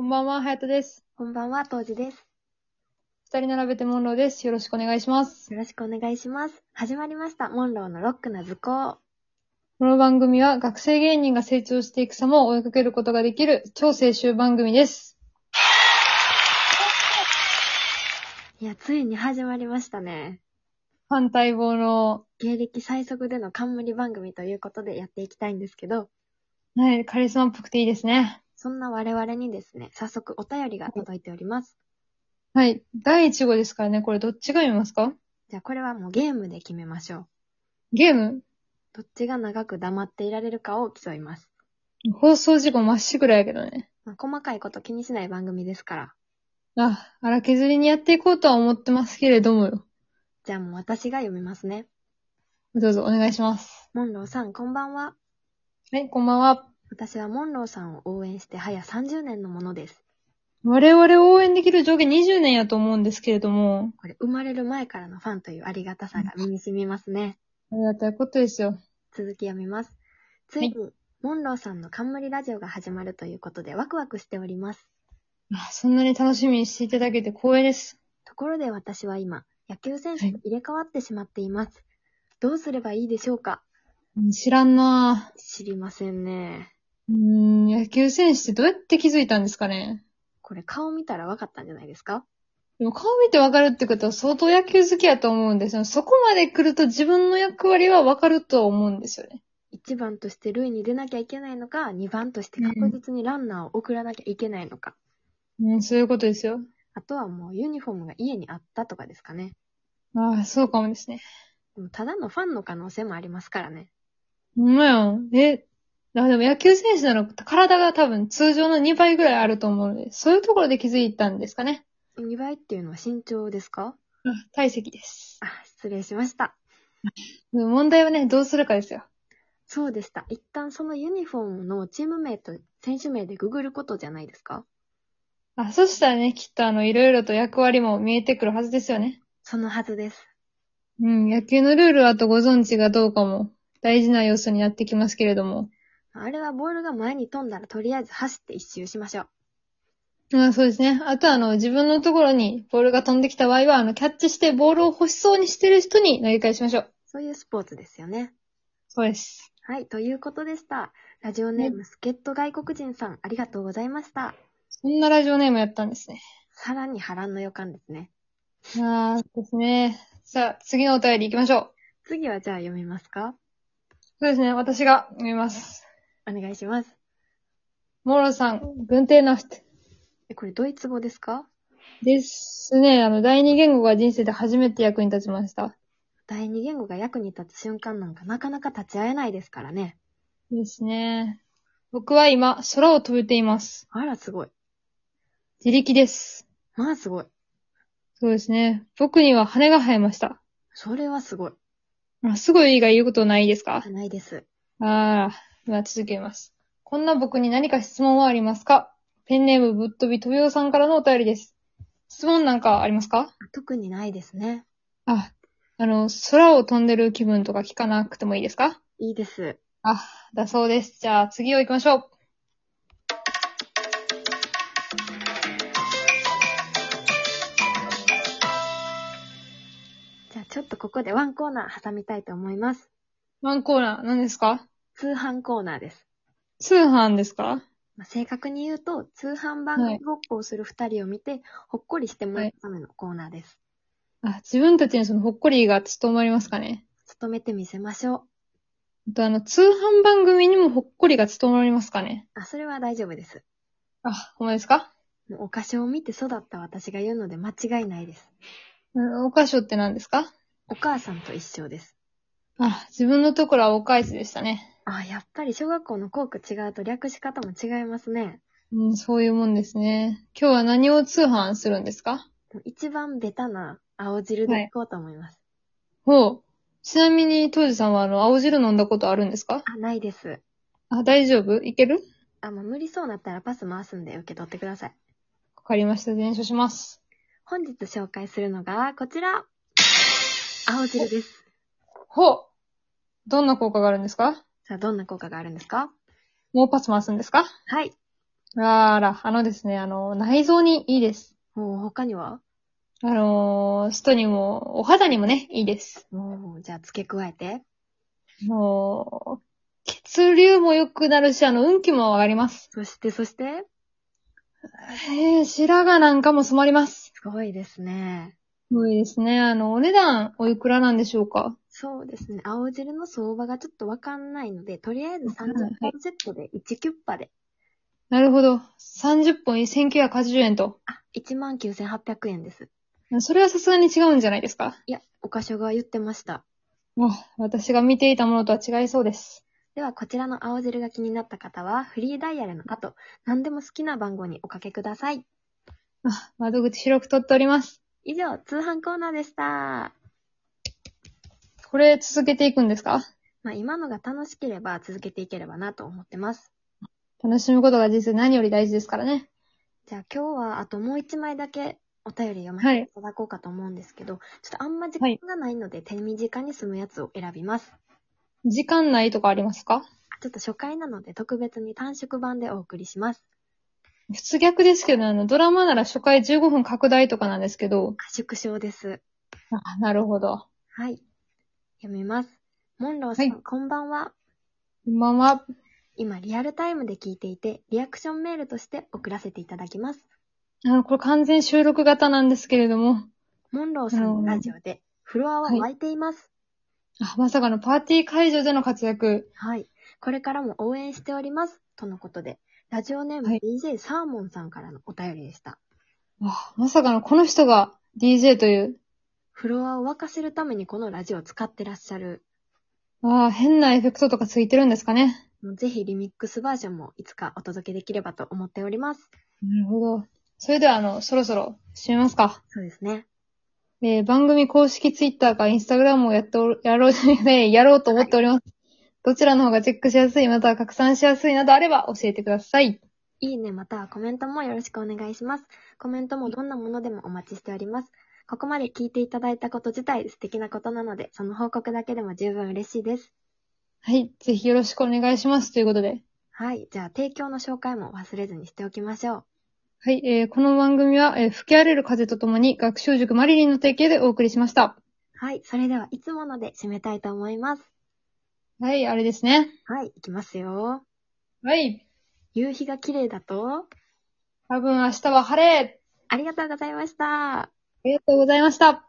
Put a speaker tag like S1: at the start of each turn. S1: んばんは、はやとです。
S2: こんばんは、当時です。
S1: 二人並べてモンローです。よろしくお願いします。
S2: よろしくお願いします。始まりました、モンローのロックな図工。
S1: この番組は学生芸人が成長していく様を追いかけることができる超青春番組です。
S2: いや、ついに始まりましたね。
S1: 反対望の、
S2: 芸歴最速での冠番組ということでやっていきたいんですけど、
S1: ね、カリスマっぽくていいですね。
S2: そんな我々にですね、早速お便りが届いております。
S1: はい。第1号ですからね、これどっちが読みますか
S2: じゃあこれはもうゲームで決めましょう。
S1: ゲーム
S2: どっちが長く黙っていられるかを競います。
S1: 放送事故まっしぐらやけどね。
S2: まあ、細かいこと気にしない番組ですから。
S1: あ、荒削りにやっていこうとは思ってますけれどもよ。
S2: じゃあもう私が読みますね。
S1: どうぞお願いします。
S2: モンローさん、こんばんは。
S1: はい、こんばんは。
S2: 私はモンローさんを応援して早30年のものです。
S1: 我々を応援できる上限20年やと思うんですけれども、
S2: これ、生まれる前からのファンというありがたさが身に染みますね。
S1: ありがたいことですよ。
S2: 続き読みます。ついに、モンローさんの冠ラジオが始まるということでワクワクしております。
S1: あそんなに楽しみにしていただけて光栄です。
S2: ところで私は今、野球選手に入れ替わってしまっています。どうすればいいでしょうか
S1: 知らんなぁ。
S2: 知りませんね。
S1: うーん、野球選手ってどうやって気づいたんですかね。
S2: これ、顔見たらわかったんじゃないですか
S1: でも顔見てわかるってことは相当野球好きやと思うんですよ。そこまで来ると自分の役割はわかると思うんですよね。
S2: 1番として塁に出なきゃいけないのか、2番として確実にランナーを送らなきゃいけないのか。
S1: うん、そういうことですよ。
S2: あとはもうユニフォームが家にあったとかですかね。
S1: ああ、そうかもですね。
S2: でもただのファンの可能性もありますからね。
S1: ほんまやん。え、あでも野球選手なら体が多分通常の2倍ぐらいあると思うので、そういうところで気づいたんですかね。
S2: 2倍っていうのは身長ですか
S1: あ体積です。
S2: あ、失礼しました。
S1: でも問題はね、どうするかですよ。
S2: そうでした。一旦そのユニフォームのチーム名と選手名でググることじゃないですか
S1: あ、そしたらね、きっとあの、いろいろと役割も見えてくるはずですよね。
S2: そのはずです。
S1: うん、野球のルールはとご存知がどうかも、大事な要素になってきますけれども。
S2: あれはボールが前に飛んだらとりあえず走って一周しましょう。
S1: あそうですね。あとはあの、自分のところにボールが飛んできた場合は、あの、キャッチしてボールを欲しそうにしてる人に投げ返しましょう。
S2: そういうスポーツですよね。
S1: そうです。
S2: はい、ということでした。ラジオネーム、スケット外国人さん、ありがとうございました。
S1: そんなラジオネームやったんですね。
S2: さらに波乱の予感ですね。
S1: ああ、そうですね。さあ、次のお便り行きましょう。
S2: 次はじゃあ読みますか
S1: そうですね。私が読みます。
S2: お願いします。
S1: モーロさん、軍艇ナフト。
S2: え、これドイツ語ですか
S1: ですね。あの、第二言語が人生で初めて役に立ちました。
S2: 第二言語が役に立つ瞬間なんかなかなか立ち会えないですからね。
S1: ですね。僕は今、空を飛べています。
S2: あら、すごい。
S1: 自力です。
S2: まあ、すごい。
S1: そうですね。僕には羽が生えました。
S2: それはすごい。
S1: あすごい以外言うことないですか
S2: ないです。
S1: ああ、では続けます。こんな僕に何か質問はありますかペンネームぶっ飛び飛びおさんからのお便りです。質問なんかありますか
S2: 特にないですね。
S1: あ、あの、空を飛んでる気分とか聞かなくてもいいですか
S2: いいです。
S1: あ、だそうです。じゃあ次を行きましょう。
S2: じゃあ、ちょっとここでワンコーナー挟みたいと思います。
S1: ワンコーナー、何ですか
S2: 通販コーナーです。
S1: 通販ですか
S2: まあ、正確に言うと、通販番組ごっこをする二人を見て、ほっこりしてもらうためのコーナーです。
S1: あ、自分たちにそのほっこりがちょっと思いますかね。
S2: 勤めてみせましょう。
S1: あとあの、通販番組にもほっこりがちょっと思いますかね。
S2: あ、それは大丈夫です。
S1: あ、ほんまですか
S2: もうお菓子を見て育った私が言うので間違いないです。
S1: うんお菓子って何ですか
S2: お母さんと一緒です。
S1: あ、自分のところはお返しでしたね。
S2: あ、やっぱり小学校の校区違うと略し方も違いますね。
S1: うん、そういうもんですね。今日は何を通販するんですか
S2: 一番ベタな青汁でいこうと思います。
S1: ほう。ちなみに、当時さんはあの、青汁飲んだことあるんですか
S2: あ、ないです。
S1: あ、大丈夫いける
S2: あ、まあ、無理そうなったらパス回すんで受け取ってください。
S1: わかりました。伝書します。
S2: 本日紹介するのがこちら。青汁です。
S1: ほう。どんな効果があるんですか
S2: さあ、どんな効果があるんですか
S1: もうパス回すんですか
S2: はい。
S1: あら、あのですね、あの、内臓にいいです。
S2: おー他には
S1: あのー、ストにも、お肌にもね、いいです。
S2: おーじゃあ付け加えて。
S1: もう、血流も良くなるし、あの、運気も上がります。
S2: そして、そして、
S1: えー、白髪なんかも染まります。
S2: すごいですね。
S1: すごいですね。あの、お値段、おいくらなんでしょうか
S2: そうですね。青汁の相場がちょっとわかんないので、とりあえず30本セットで1キュッパで。
S1: なるほど。30本1980円と。
S2: あ、19,800円です。
S1: それはさすがに違うんじゃないですか
S2: いや、お菓子が言ってました。
S1: あ私が見ていたものとは違いそうです。
S2: では、こちらの青汁が気になった方は、フリーダイヤルの後、何でも好きな番号におかけください。
S1: あ、窓口広く取っております。
S2: 以上、通販コーナーでした。
S1: これ続けていくんですか
S2: まあ、今のが楽しければ続けていければなと思ってます。
S1: 楽しむことが実は何より大事ですからね。
S2: じゃあ今日はあともう一枚だけお便り読ませていただこうかと思うんですけど、ちょっとあんま時間がないので、手短に済むやつを選びます。
S1: 時間内とかありますか
S2: ちょっと初回なので特別に短縮版でお送りします。
S1: 普通逆ですけど、あの、ドラマなら初回15分拡大とかなんですけど。
S2: あ縮小です。
S1: あ、なるほど。
S2: はい。読みます。モンローさん、
S1: は
S2: こんばんは。
S1: 今は、
S2: 今、リアルタイムで聞いていて、リアクションメールとして送らせていただきます。
S1: あの、これ完全収録型なんですけれども。
S2: モンローさんのラジオで、フロアは湧いています。
S1: あ、まさかのパーティー会場での活躍。
S2: はい。これからも応援しております。とのことで、ラジオネーム
S1: はい
S2: DJ サーモンさんからのお便りでした。
S1: あ、まさかのこの人が DJ という。
S2: フロアを沸かせるためにこのラジオを使ってらっしゃる。
S1: ああ、変なエフェクトとかついてるんですかね。
S2: もうぜひリミックスバージョンもいつかお届けできればと思っております。
S1: なるほど。それでは、あの、そろそろ締めますか。
S2: そうですね。
S1: えー番組公式ツイッターかインスタグラムをやっておる、やろう、 ね、やろうと思っております。どちらの方がチェックしやすい、または拡散しやすいなどあれば教えてください。
S2: いいねまたはコメントもよろしくお願いします。コメントもどんなものでもお待ちしております。ここまで聞いていただいたこと自体素敵なことなので、その報告だけでも十分嬉しいです。
S1: はい。ぜひよろしくお願いします。ということで。
S2: はい。じゃあ、提供の紹介も忘れずにしておきましょう。
S1: はい。えーこの番組は、えー吹き荒れる風とともに学習塾マリリンの提携でお送りしました。
S2: はい。それでは、いつもので締めたいと思います。
S1: はい、あれですね。
S2: はい。いきますよ。
S1: はい。
S2: 夕日が綺麗だと、
S1: 多分明日は晴れ。
S2: ありがとうございました。
S1: ありがとうございました。